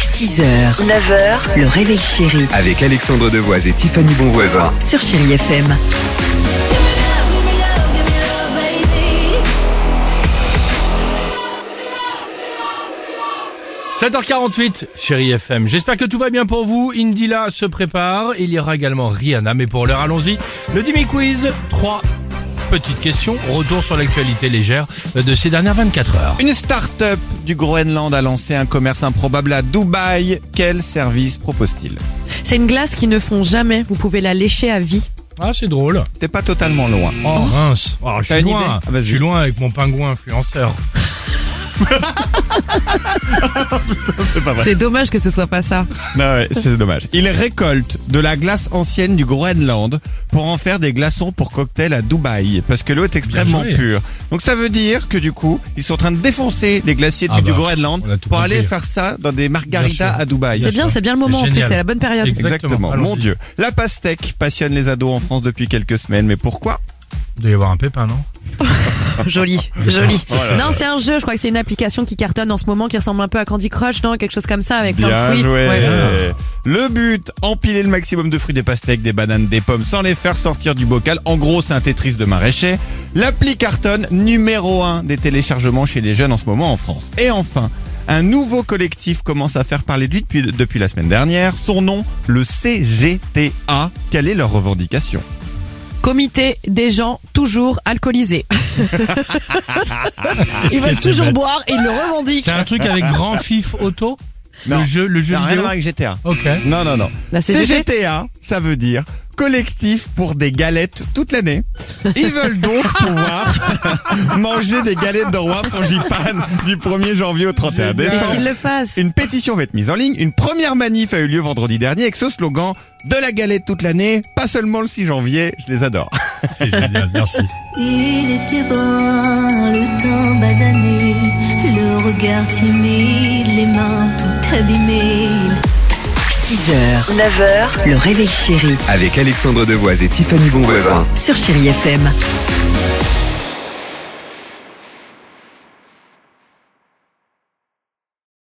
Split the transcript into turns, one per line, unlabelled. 6h, 9h, le réveil chéri
Avec Alexandre Devoise et Tiffany Bonvoisin.
sur Chéri FM.
Give me love, give me love, baby.
7h48, chérie FM. J'espère que tout va bien pour vous. Indila se prépare. Il y aura également Rihanna. Mais pour l'heure, allons-y. Le Dimi Quiz. Trois petites questions. Retour sur l'actualité légère de ces dernières 24 heures.
Une start-up du Groenland a lancé un commerce improbable à Dubaï. Quel service propose-t-il
C'est une glace qu'ils ne font jamais. Vous pouvez la lécher à vie.
Ah, c'est drôle.
T'es pas totalement loin.
Oh, mince. Oh, je
T'as
suis
une idée
loin.
Ah,
je
vas-y.
suis loin avec mon pingouin influenceur.
C'est pas vrai.
C'est dommage que ce soit pas ça.
Non, ouais, c'est dommage. Il récolte de la glace ancienne du Groenland pour en faire des glaçons pour cocktail à Dubaï. Parce que l'eau est extrêmement
joué.
pure. Donc ça veut dire que du coup, ils sont en train de défoncer les glaciers
Ah
du
bah,
Groenland
on a tout
pour aller
compris.
faire ça dans des margaritas
sûr.
à Dubaï.
C'est bien,
sûr.
c'est bien le
C'est
moment en plus,
génial.
c'est la bonne période.
Exact. Exactement.
Exactement. Mon
Allons-y.
Dieu. La pastèque passionne les ados en France depuis quelques semaines. Mais pourquoi
Il doit y avoir un pépin, non
Joli, joli.
Oh
Non, c'est un jeu, je crois que c'est une application qui cartonne en ce moment, qui ressemble un peu à Candy Crush, non Quelque chose comme ça, avec plein de
Bien
fruits.
joué.
Ouais.
Le but, empiler le maximum de fruits, des pastèques, des bananes, des pommes sans les faire sortir du bocal. En gros, c'est un Tetris de maraîcher. L'appli cartonne numéro 1 des téléchargements chez les jeunes en ce moment en France. Et enfin, un nouveau collectif commence à faire parler de lui depuis, depuis la semaine dernière. Son nom, le CGTA. Quelle est leur revendication
Comité des gens toujours alcoolisés. ils veulent toujours boire et ils le revendiquent.
C'est un truc avec Grand Fif Auto
Non.
Le jeu, le jeu
Ça n'a rien à
vidéo
voir avec GTA.
Ok.
Non, non, non.
La CGT?
CGTA, ça veut dire collectif pour des galettes toute l'année. Ils veulent donc pouvoir manger des galettes de roi frangipane du 1er janvier au 31
Génial.
Et
décembre.
qu'ils le fassent.
Une pétition va être mise en ligne. Une première manif a eu lieu vendredi dernier avec ce slogan de la galette toute l'année, pas seulement le 6 janvier. Je les adore.
C'est génial, merci.
Il était bon, le temps basané, le regard timide, les mains toutes abîmées.
6h, 9h, le réveil chéri
Avec Alexandre Devoise et Tiffany Bonvoisin.
sur Chéri FM.